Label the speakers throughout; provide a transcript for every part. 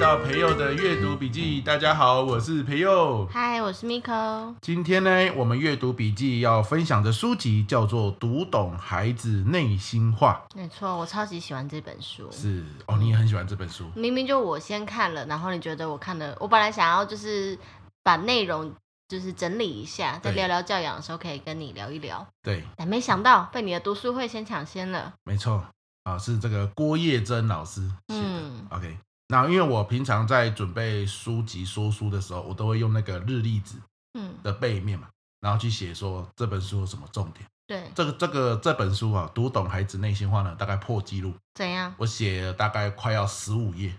Speaker 1: 到培佑的阅读笔记。大家好，我是培佑。
Speaker 2: 嗨，我是 Miko。
Speaker 1: 今天呢，我们阅读笔记要分享的书籍叫做《读懂孩子内心话
Speaker 2: 没错，我超级喜欢这本书》。。
Speaker 1: 是哦，你也很喜欢这本书。
Speaker 2: 明明就我先看了，然后你觉得我看的，我本来想要就是把内容就是整理一下，
Speaker 1: 对
Speaker 2: 在聊聊教养的时候可以跟你聊一聊，
Speaker 1: 对，
Speaker 2: 但没想到被你的读书会先抢先了。
Speaker 1: 没错啊，是这个郭叶珍老师写的。
Speaker 2: 嗯
Speaker 1: OK，那因为我平常在准备书籍说书的时候，我都会用那个日历纸
Speaker 2: 嗯，
Speaker 1: 的背面嘛，然后去写说这本书有什么重点。
Speaker 2: 对，
Speaker 1: 这个这个这本书啊，读懂孩子内心话呢，大概破纪录，
Speaker 2: 怎样？
Speaker 1: 我写了大概快要十五页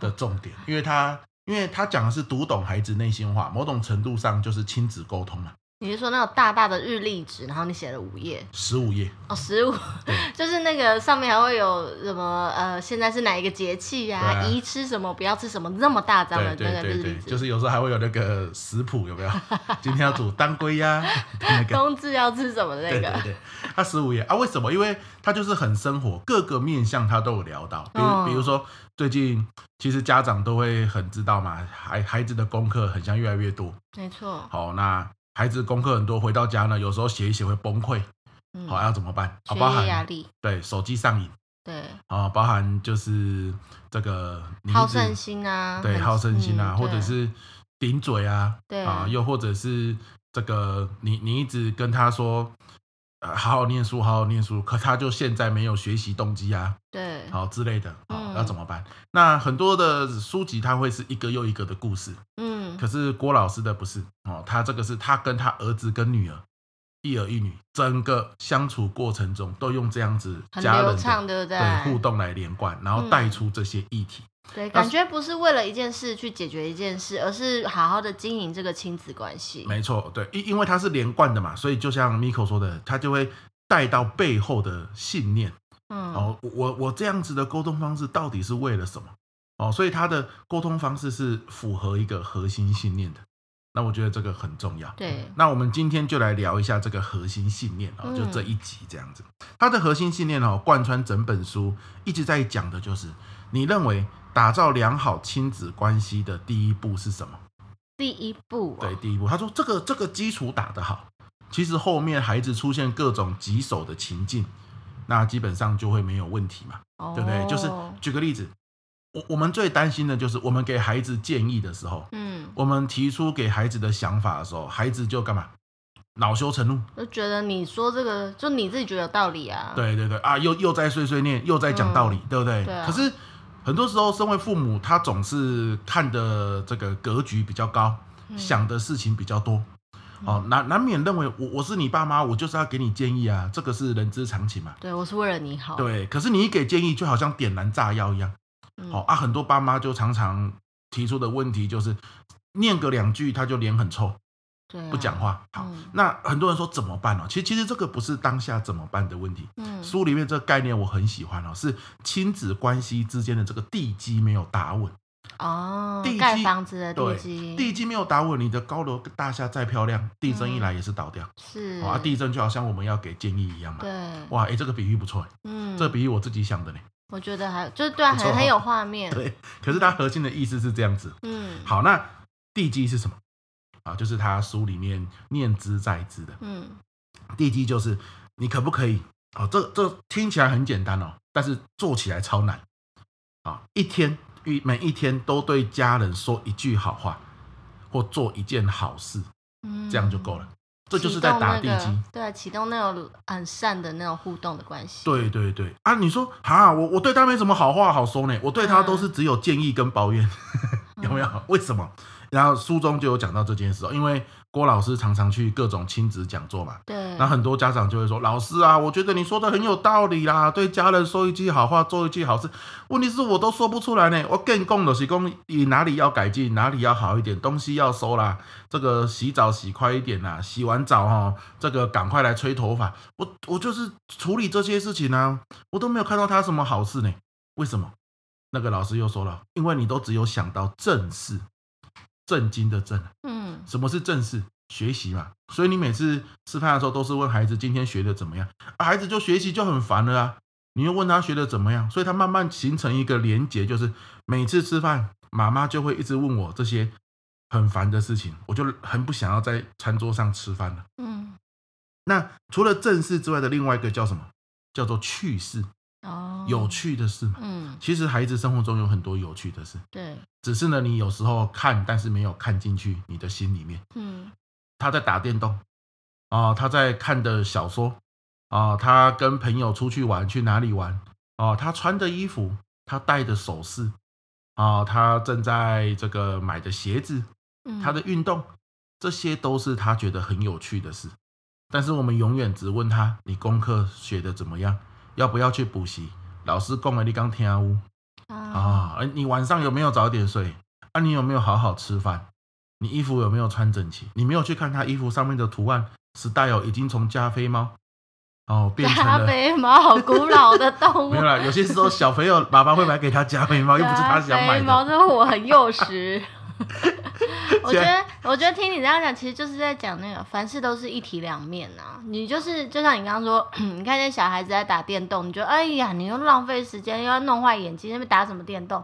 Speaker 1: 的重点，因为他因为他讲的是读懂孩子内心话，某种程度上就是亲子沟通嘛，
Speaker 2: 你是说那种大大的日历纸，然后你写了五页
Speaker 1: 十五页，
Speaker 2: 哦，十五， 就是那个上面还会有什么呃，现在是哪一个节气呀、
Speaker 1: 对啊
Speaker 2: 宜吃什么，不要吃什么，那么大张的
Speaker 1: 对
Speaker 2: 那
Speaker 1: 对
Speaker 2: 个
Speaker 1: 对
Speaker 2: 日历
Speaker 1: 对，
Speaker 2: 纸，
Speaker 1: 就是有时候还会有那个食谱有没 有？今天要煮当归呀、的那个。
Speaker 2: 冬至要吃什么的那
Speaker 1: 对
Speaker 2: 个
Speaker 1: 对。对，他十五页啊？为什么？因为他就是很生活，各个面向他都有聊到。比如、
Speaker 2: 哦
Speaker 1: 比如说，最近其实家长都会很知道嘛，孩孩子的功课很像越来越多。
Speaker 2: 没错，
Speaker 1: 好，那孩子功课很多，回到家呢，有时候写一写会崩溃。
Speaker 2: 嗯，
Speaker 1: 好，要怎么办？啊，
Speaker 2: 学
Speaker 1: 包
Speaker 2: 业压
Speaker 1: 含
Speaker 2: 力，
Speaker 1: 对手机上瘾
Speaker 2: 对，
Speaker 1: 啊，包含就是这个你一直
Speaker 2: 好胜心啊，
Speaker 1: 对
Speaker 2: 很
Speaker 1: 好胜心啊，
Speaker 2: 嗯
Speaker 1: 或者
Speaker 2: 对
Speaker 1: 是顶嘴啊，
Speaker 2: 对
Speaker 1: 啊，又或者是这个你你一直跟他说。呃，好好念书，好好念书，可他就现在没有学习动机啊，
Speaker 2: 对，
Speaker 1: 好之类的，好
Speaker 2: 嗯
Speaker 1: 要怎么办？那很多的书籍它会是一个又一个的故事，
Speaker 2: 嗯，
Speaker 1: 可是郭老师的不是哦，他这个是他跟他儿子跟女儿一儿一女，整个相处过程中都用这样子
Speaker 2: 很
Speaker 1: 家
Speaker 2: 流
Speaker 1: 人
Speaker 2: 畅，
Speaker 1: 的
Speaker 2: 对不对？嗯
Speaker 1: 对互动来连贯，然后带出这些议题。
Speaker 2: 对，
Speaker 1: 那
Speaker 2: 感觉不是为了一件事去解决一件事，而是好好的经营这个亲子关系。
Speaker 1: 没错，对，因因为它是连贯的嘛，所以就像 Miko 说的，他就会带到背后的信念。
Speaker 2: 嗯，
Speaker 1: 哦，我我我这样子的沟通方式到底是为了什么？哦，所以他的沟通方式是符合一个核心信念的。那我觉得这个很重要。
Speaker 2: 对，
Speaker 1: 那我们今天就来聊一下这个核心信念哦，
Speaker 2: 嗯
Speaker 1: 就这一集这样子。它的核心信念哦，贯穿整本书，一直在讲的就是，你认为打造良好亲子关系的第一步是什么？
Speaker 2: 第一步哦，
Speaker 1: 对，第一步，他说这个这个基础打得好，其实后面孩子出现各种棘手的情境，那基本上就会没有问题嘛，
Speaker 2: 哦
Speaker 1: 对不对？就是举个例子，我我们最担心的就是我们给孩子建议的时候，
Speaker 2: 嗯，
Speaker 1: 我们提出给孩子的想法的时候，孩子就干嘛？恼羞成怒，
Speaker 2: 就觉得你说这个，就你自己觉得有道理啊。，
Speaker 1: 对对对啊，又又在碎碎念，又在讲道理，对不对？
Speaker 2: 对啊
Speaker 1: 可是很多时候，身为父母，他总是看的这个格局比较高，
Speaker 2: 嗯
Speaker 1: 想的事情比较多，哦，难难免认为我我是你爸妈，我就是要给你建议啊，这个是人之常情嘛。
Speaker 2: 对我是为了你好。，
Speaker 1: 对，可是你一给建议，就好像点燃炸药一样。
Speaker 2: 嗯
Speaker 1: 哦啊，很多爸妈就常常提出的问题就是，念个两句他就脸很臭，
Speaker 2: 对啊
Speaker 1: 不讲。话。好，
Speaker 2: 嗯
Speaker 1: 那很多人说怎么办呢、哦？其实其实这个不是当下怎么办的问题，
Speaker 2: 嗯，
Speaker 1: 书里面这个概念我很喜欢哦，是亲子关系之间的这个地基没有打稳。
Speaker 2: 哦
Speaker 1: 地，
Speaker 2: 盖
Speaker 1: 基
Speaker 2: 房子的
Speaker 1: 对
Speaker 2: 地基，
Speaker 1: 地基没有打稳，你的高楼大厦再漂亮，地震
Speaker 2: 嗯
Speaker 1: 一来也是倒掉。
Speaker 2: 是
Speaker 1: 哦啊，地震就好像我们要给建议一样嘛。
Speaker 2: 嗯对，
Speaker 1: 哇，哎，这个比喻不错，
Speaker 2: 嗯，
Speaker 1: 这个比喻我自己想的呢。
Speaker 2: 我觉得还就是对啊，
Speaker 1: 不错
Speaker 2: 很很有画面。
Speaker 1: 对可是它核心的意思是这样子。
Speaker 2: 嗯，，
Speaker 1: 好，那地基是什么？啊，就是他书里面念之在之的
Speaker 2: 嗯，
Speaker 1: 地基，就是你可不可以？哦，这这听起来很简单哦，但是做起来超难。啊，一天与每一天都对家人说一句好话，或做一件好事，
Speaker 2: 嗯
Speaker 1: 这样就够了。。这就是在打地基。
Speaker 2: 启动那个对，啊启动那种很善的那种互动的关系。，
Speaker 1: 对对对啊！你说啊，我我对他没什么好话好说呢，我对他
Speaker 2: 嗯
Speaker 1: 都是只有建议跟抱怨， 有没有？为什么？然后书中就有讲到这件事哦，因为郭老师常常去各种亲子讲座嘛，
Speaker 2: 对，
Speaker 1: 那很多家长就会说，老师啊，我觉得你说的很有道理啦，对家人说一句好话，做一句好事。问题是我都说不出来呢，我更供的是供你哪里要改进，哪里要好一点，东西要收啦，这个洗澡洗快一点啦，洗完澡哦，这个赶快来吹头发。我我就是处理这些事情啊，我都没有看到他什么好事呢，为什么？那个老师又说了，因为你都只有想到正事，正经的正。啊
Speaker 2: 嗯，
Speaker 1: 什么是正式学习嘛？所以你每次吃饭的时候都是问孩子今天学的怎么样，啊、孩子就学习就很烦了啊。你又问他学的怎么样，所以他慢慢形成一个连结，就是每次吃饭，妈妈就会一直问我这些很烦的事情，我就很不想要在餐桌上吃饭了。
Speaker 2: 嗯，
Speaker 1: 那除了正事之外的另外一个叫什么？叫做趣事，
Speaker 2: 哦，
Speaker 1: 有，趣的事嘛。
Speaker 2: 嗯，
Speaker 1: 其实孩子生活中有很多有趣的事，
Speaker 2: 对，
Speaker 1: 只是呢，你有时候看，但是没有看进去你的心里面。
Speaker 2: 嗯
Speaker 1: 他在打电动，啊、他在看的小说，啊、他跟朋友出去玩，去哪里玩，啊、他穿的衣服，他戴的首饰，啊、他正在这个买的鞋子，
Speaker 2: 嗯，
Speaker 1: 他的运动，这些都是他觉得很有趣的事。但是我们永远只问他：你功课学的怎么样？要不要去补习？老师供了你刚听啊呜
Speaker 2: 啊，
Speaker 1: 啊！呃你晚上有没有早点睡？啊，你有没有好好吃饭？你衣服有没有穿整齐？你没有去看他衣服上面的图案，style 已经从加菲猫哦变成
Speaker 2: 加
Speaker 1: 了
Speaker 2: 菲猫好古老的动 物
Speaker 1: 没有，啦。有些时候小朋友爸爸会买给他加菲猫，又不是他想
Speaker 2: 加
Speaker 1: 买
Speaker 2: 菲啊猫
Speaker 1: 的。
Speaker 2: 这我很 幼时。 我觉
Speaker 1: 现
Speaker 2: 得，我觉得听你这样讲，其实就是在讲那个凡事都是一体两面啊。你就是就像你刚刚说， 你看见小孩子在打电动，你就哎呀，你又浪费时间，又要弄坏眼睛，那边打什么电动？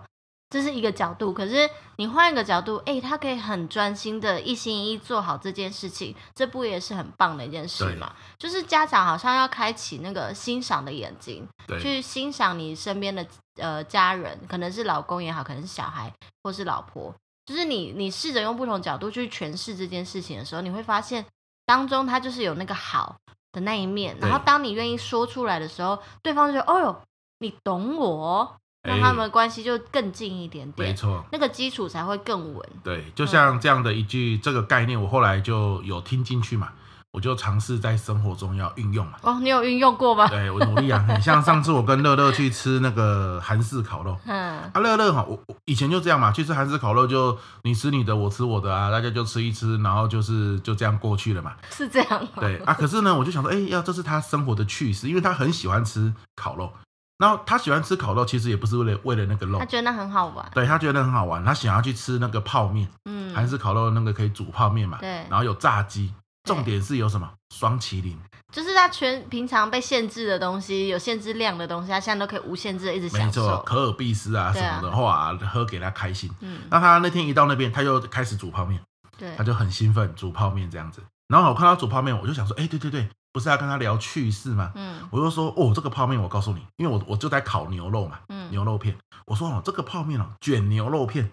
Speaker 2: 这是一个角度，可是你换一个角度，哎，他可以很专心的一心一意做好这件事情，这不也是很棒的一件事
Speaker 1: 对
Speaker 2: 嘛？就是家长好像要开启那个欣赏的眼睛，
Speaker 1: 对
Speaker 2: 去欣赏你身边的呃家人，可能是老公也好，可能是小孩或是老婆，就是你你试着用不同角度去诠释这件事情的时候，你会发现当中它就是有那个好的那一面，
Speaker 1: 对
Speaker 2: 然后当你愿意说出来的时候，对方就觉得哦哟，你懂我哦，那
Speaker 1: 哎
Speaker 2: 他们关系就更近一点
Speaker 1: 没
Speaker 2: 点，嗯
Speaker 1: 错。
Speaker 2: 那个基础才会更稳。
Speaker 1: 对，就像这样的一句这个概念，我后来就有听进去嘛，我就尝试在生活中要运用嘛。
Speaker 2: 哦，你有运用过吗？
Speaker 1: 对我努力啊，很像上次我跟乐乐去吃那个韩式烤肉，
Speaker 2: 嗯，
Speaker 1: 啊乐乐哈，我我以前就这样嘛，去吃韩式烤肉就你吃你的，我吃我的啊，大家就吃一吃，然后就是就这样过去了嘛。
Speaker 2: 是这样吗？
Speaker 1: 对啊，可是呢，我就想说，哎、要这是他生活的趣事，因为他很喜欢吃烤肉，然后他喜欢吃烤肉，其实也不是为了为了那个肉
Speaker 2: 他，觉得那很好玩，
Speaker 1: 对他觉得很好玩，他想要去吃那个泡面。
Speaker 2: 嗯，
Speaker 1: 韩式烤肉那个可以煮泡面嘛，
Speaker 2: 对
Speaker 1: 然后有炸鸡，
Speaker 2: 对
Speaker 1: 重点是有什么双麒麟，
Speaker 2: 就是他全平常被限制的东西，有限制量的东西，他现在都可以无限制的一直
Speaker 1: 没
Speaker 2: 享
Speaker 1: 错，
Speaker 2: 受。
Speaker 1: 可尔必斯啊什
Speaker 2: 对啊
Speaker 1: 么的，哇，喝给他开心。
Speaker 2: 嗯，
Speaker 1: 那他那天一到那边，他又开始煮泡面，
Speaker 2: 对
Speaker 1: 他，就很兴奋煮泡面这样子。然后我看他煮泡面，我就想说，哎，对对对，不是要跟他聊趣事吗？
Speaker 2: 嗯
Speaker 1: 我就说，哦，这个泡面我告诉你，因为我我就在烤牛肉嘛，
Speaker 2: 嗯
Speaker 1: 牛肉片。我说哦，这个泡面哦，卷牛肉片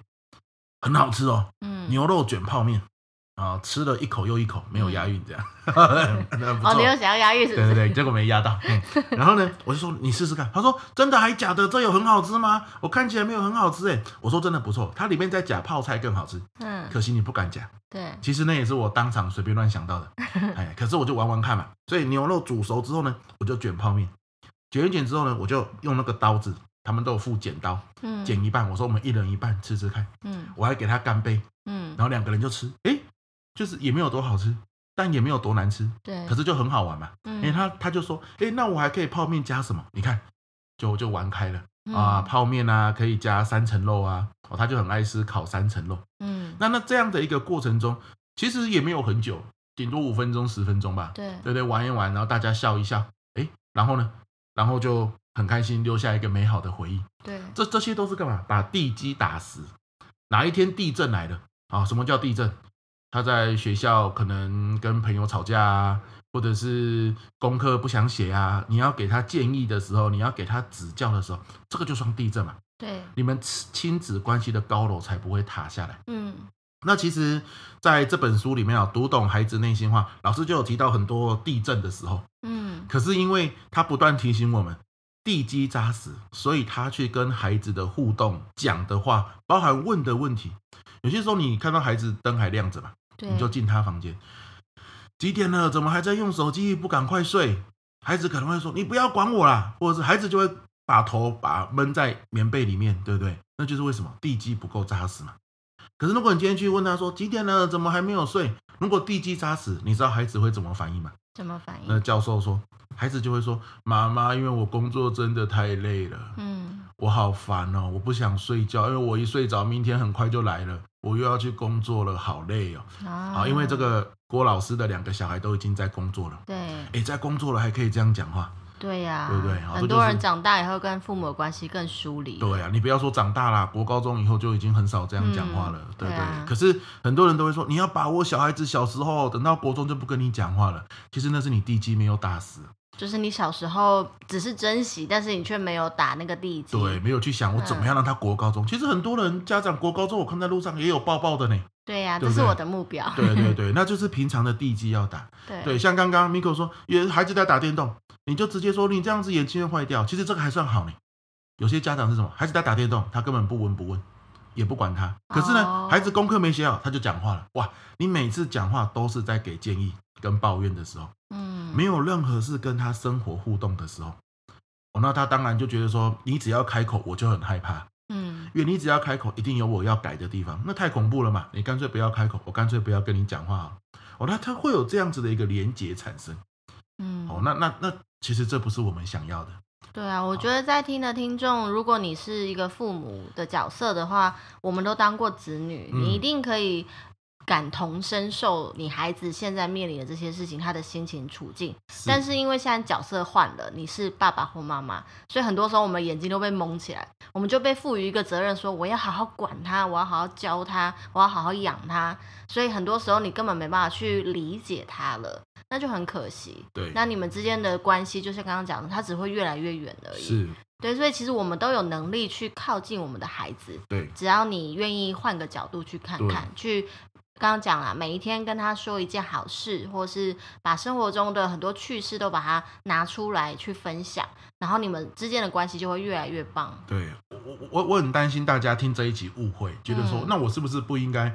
Speaker 1: 很好吃哦，
Speaker 2: 嗯，
Speaker 1: 牛肉卷泡面啊，吃了一口又一口，没有押韵这样， 那不
Speaker 2: 哦，
Speaker 1: 错
Speaker 2: 你。有想要押韵是不
Speaker 1: 对对
Speaker 2: 是？
Speaker 1: 对，结果没压到。嗯 然后呢，我就说你试试看。他说真的还假的？这有很好吃吗？我看起来没有很好吃哎。我说真的不错，它里面再假泡菜更好吃。
Speaker 2: 嗯，
Speaker 1: 可惜你不敢假。
Speaker 2: 对，
Speaker 1: 其实那也是我当场随便乱想到 的。哎，可是我就玩玩看嘛。所以牛肉煮熟之后呢，我就卷泡面。卷一卷之后呢，我就用那个刀子，他们都有附剪刀，
Speaker 2: 嗯，
Speaker 1: 剪一半。我说我们一人一半吃吃看。
Speaker 2: 嗯
Speaker 1: 我还给他干杯，
Speaker 2: 嗯
Speaker 1: 然，后两个人就吃。哎，就是也没有多好吃，但也没有多难吃，
Speaker 2: 对，
Speaker 1: 可是就很好玩嘛。
Speaker 2: 嗯
Speaker 1: 哎、他他就说，哎、那我还可以泡面加什么？你看，就就玩开了、啊，
Speaker 2: 嗯
Speaker 1: 泡面啊，可以加三层肉啊，哦，他就很爱吃烤三层肉。
Speaker 2: 嗯，
Speaker 1: 那那这样的一个过程中，其实也没有很久，顶多五分钟十分钟吧，
Speaker 2: 对，
Speaker 1: 对不对？玩一玩，然后大家笑一笑，哎、然后呢，然后就很开心，留下一个美好的回忆。
Speaker 2: 对，
Speaker 1: 这这些都是干嘛？把地基打实。哪一天地震来了啊？什么叫地震？他在学校可能跟朋友吵架啊，或者是功课不想写啊，你要给他建议的时候，你要给他指教的时候，这个就算地震嘛。
Speaker 2: 对，
Speaker 1: 你们亲亲子关系的高楼才不会塌下来。
Speaker 2: 嗯
Speaker 1: 那其实，在这本书里面啊，读懂孩子内心话，老师就有提到很多地震的时候，
Speaker 2: 嗯
Speaker 1: 可是因为他不断提醒我们地基扎实，所以他去跟孩子的互动讲的话，包含问的问题，有些时候你看到孩子灯还亮着嘛，
Speaker 2: 对，
Speaker 1: 你就进他房间，几点了？怎么还在用手机？不赶快睡？孩子可能会说你不要管我啦，或者是孩子就会把头把闷在棉被里面，对不对？那就是为什么地基不够扎实嘛。可是如果你今天去问他说几点了？怎么还没有睡？如果地基扎实，你知道孩子会怎么反应吗？
Speaker 2: 怎么反
Speaker 1: 那
Speaker 2: 应？
Speaker 1: 教授说，孩子就会说：“妈妈，因为我工作真的太累了，
Speaker 2: 嗯
Speaker 1: 我好烦哦，我不想睡觉，因为我一睡着，明天很快就来了，我又要去工作了，好累哦。”
Speaker 2: 啊
Speaker 1: 好，因为这个郭老师的两个小孩都已经在工作了，
Speaker 2: 对
Speaker 1: 诶，在工作了还可以这样讲话，
Speaker 2: 对呀、
Speaker 1: 对不对好这
Speaker 2: 很
Speaker 1: 就
Speaker 2: 多
Speaker 1: 是
Speaker 2: 人长大以后跟父母的关系更疏离。
Speaker 1: 对啊，你不要说长大啦，国高中以后就已经很少这样讲话了，
Speaker 2: 嗯
Speaker 1: 对不对？
Speaker 2: 对啊
Speaker 1: 可是很多人都会说，你要把握小孩子小时候，等到国中就不跟你讲话了。其实那是你地基没有打死，
Speaker 2: 就是你小时候只是珍惜，但是你却没有打那个地基。
Speaker 1: 对，没有去想我怎么样让他国高中。其实很多人家长国高中，我看在路上也有抱抱的呢。
Speaker 2: 对呀、
Speaker 1: 对
Speaker 2: 这
Speaker 1: 不
Speaker 2: 是
Speaker 1: 对
Speaker 2: 我的目标。
Speaker 1: 对对对，那就是平常的地基要打。
Speaker 2: 对
Speaker 1: 对，像刚刚 Miko 说，也孩子在打电动，你就直接说你这样子眼睛会坏掉。其实这个还算好呢。有些家长是什么，孩子在打电动，他根本不闻不问，也不管他。可是呢，
Speaker 2: 哦
Speaker 1: 孩子功课没写好，他就讲话了。哇，你每次讲话都是在给建议跟抱怨的时候，
Speaker 2: 嗯，
Speaker 1: 没有任何是跟他生活互动的时候。哦，那他当然就觉得说，你只要开口，我就很害怕，
Speaker 2: 嗯，
Speaker 1: 因为你只要开口，一定有我要改的地方，那太恐怖了嘛！你干脆不要开口，我干脆不要跟你讲话好了。哦，那他会有这样子的一个连结产生。
Speaker 2: 嗯，
Speaker 1: 哦，那那那其实这不是我们想要的。
Speaker 2: 对啊，我觉得在听的听众，如果你是一个父母的角色的话，我们都当过子女，
Speaker 1: 嗯
Speaker 2: 你一定可以感同身受你孩子现在面临的这些事情，他的心情处境。但是因为现在角色换了，你是爸爸或妈妈，所以很多时候我们眼睛都被蒙起来，我们就被赋予一个责任，说我要好好管他，我要好好教他，我要好好养他。所以很多时候你根本没办法去理解他了，那就很可惜。
Speaker 1: 对，
Speaker 2: 那你们之间的关系，就像刚刚讲的，它只会越来越远而已。
Speaker 1: 是，
Speaker 2: 对，所以其实我们都有能力去靠近我们的孩子，
Speaker 1: 对，
Speaker 2: 只要你愿意换个角度去看看，去刚刚讲了，每一天跟他说一件好事，或是把生活中的很多趣事都把它拿出来去分享，然后你们之间的关系就会越来越棒。
Speaker 1: 对我我我我很担心大家听这一集误会，觉得说、
Speaker 2: 嗯
Speaker 1: 那我是不是不应该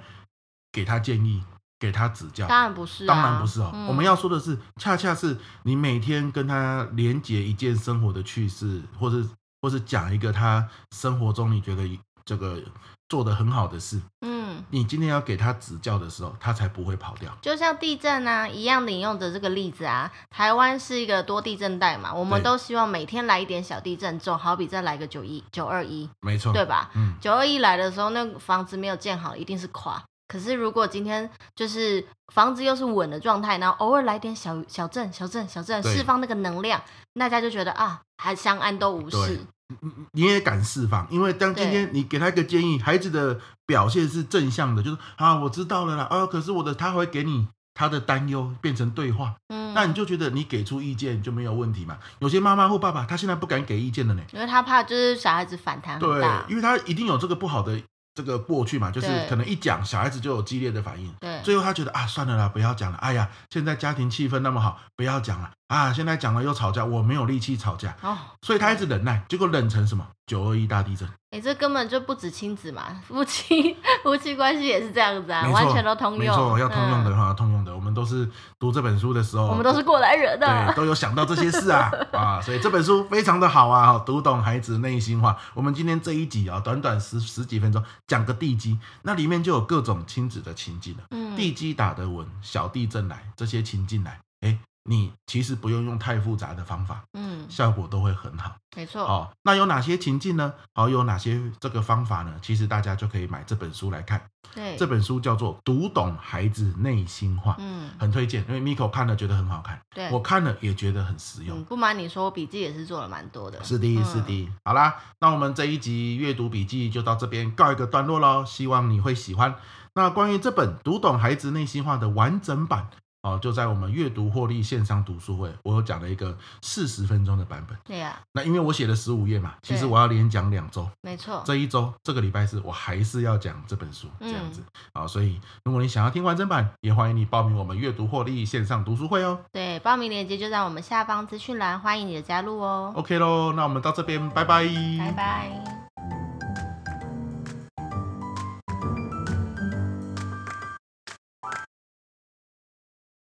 Speaker 1: 给他建议，给他指教？
Speaker 2: 当然不是、啊，
Speaker 1: 当然不是哦，
Speaker 2: 嗯
Speaker 1: 我们要说的是，恰恰是你每天跟他连接一件生活的趣事，或是或是讲一个他生活中你觉得这个做的很好的事，
Speaker 2: 嗯。
Speaker 1: 你今天要给他指教的时候，他才不会跑掉。
Speaker 2: 就像地震啊一样的引用的这个例子啊，台湾是一个多地震带嘛，我们
Speaker 1: 对
Speaker 2: 都希望每天来一点小地震，总好比再来个九一九二一，
Speaker 1: 没错，
Speaker 2: 对吧？
Speaker 1: 嗯，
Speaker 2: 九二一来的时候，那个房子没有建好，一定是垮。可是如果今天就是房子又是稳的状态，然后偶尔来点小小震、小震、小震，
Speaker 1: 对
Speaker 2: 释放那个能量，大家就觉得啊，还相安都无事
Speaker 1: 对。你也敢释放，因为当今天你给他一个建议，孩子的表现是正向的，就是啊，我知道了啦，啊，可是我的他会给你他的担忧变成对话，
Speaker 2: 嗯，
Speaker 1: 那你就觉得你给出意见就没有问题嘛。有些妈妈或爸爸他现在不敢给意见了呢，
Speaker 2: 因为他怕就是小孩子反弹很
Speaker 1: 对
Speaker 2: 大，，
Speaker 1: 因为他一定有这个不好的这个过去嘛，就是
Speaker 2: 对
Speaker 1: 可能一讲小孩子就有激烈的反应。
Speaker 2: 对，
Speaker 1: 最后他觉得啊，算了啦，不要讲了。哎呀，现在家庭气氛那么好，不要讲了啊！现在讲了又吵架，我没有力气吵架，
Speaker 2: 哦，
Speaker 1: 所以他一直忍耐，结果忍成什么？九二一大地震。
Speaker 2: 哎、这根本就不止亲子嘛， 夫妻夫妻关系也是这样子啊，
Speaker 1: 没
Speaker 2: 完
Speaker 1: 错
Speaker 2: 全都通用，
Speaker 1: 没错，要通用的
Speaker 2: 嗯
Speaker 1: 哈，通用的。我们都是读这本书的时候，
Speaker 2: 我们都是过来人
Speaker 1: 对，
Speaker 2: 的。
Speaker 1: 都有想到这些事 啊啊，所以这本书非常的好啊，读懂孩子内心话。我们今天这一集啊，短短十十几分钟，讲个地基，那里面就有各种亲子的情境了。啊
Speaker 2: 嗯，
Speaker 1: 地基打得稳，小地震来，这些情境来，哎，你其实不用用太复杂的方法，
Speaker 2: 嗯，
Speaker 1: 效果都会很好。
Speaker 2: 没错，
Speaker 1: 哦，那有哪些情境呢？好，有哪些这个方法呢？其实大家就可以买这本书来看。
Speaker 2: 对，
Speaker 1: 这本书叫做《读懂孩子内心话》，
Speaker 2: 嗯，
Speaker 1: 很推荐，因为 Miko 看了觉得很好看，
Speaker 2: 对，
Speaker 1: 我看了也觉得很实用
Speaker 2: 嗯，。不瞒你说，我笔记也是做了蛮多的。
Speaker 1: 是的，
Speaker 2: 嗯
Speaker 1: 是的。好啦，那我们这一集阅读笔记就到这边告一个段落喽，希望你会喜欢。那关于这本《读懂孩子内心话》的完整版哦，就在我们阅读获利线上读书会，我有讲了一个四十分钟的版本。
Speaker 2: 对呀、
Speaker 1: 那因为我写了十五页嘛，其实
Speaker 2: 对
Speaker 1: 我要连讲两周，
Speaker 2: 没错。
Speaker 1: 这一周这个礼拜四我还是要讲这本书，这
Speaker 2: 嗯
Speaker 1: 样子啊、所以如果你想要听完整版，也欢迎你报名我们阅读获利线上读书会哦。
Speaker 2: 对，报名链接就在我们下方资讯栏，欢迎你的加入哦。
Speaker 1: OK 喽，那我们到这边，拜拜，
Speaker 2: 拜拜。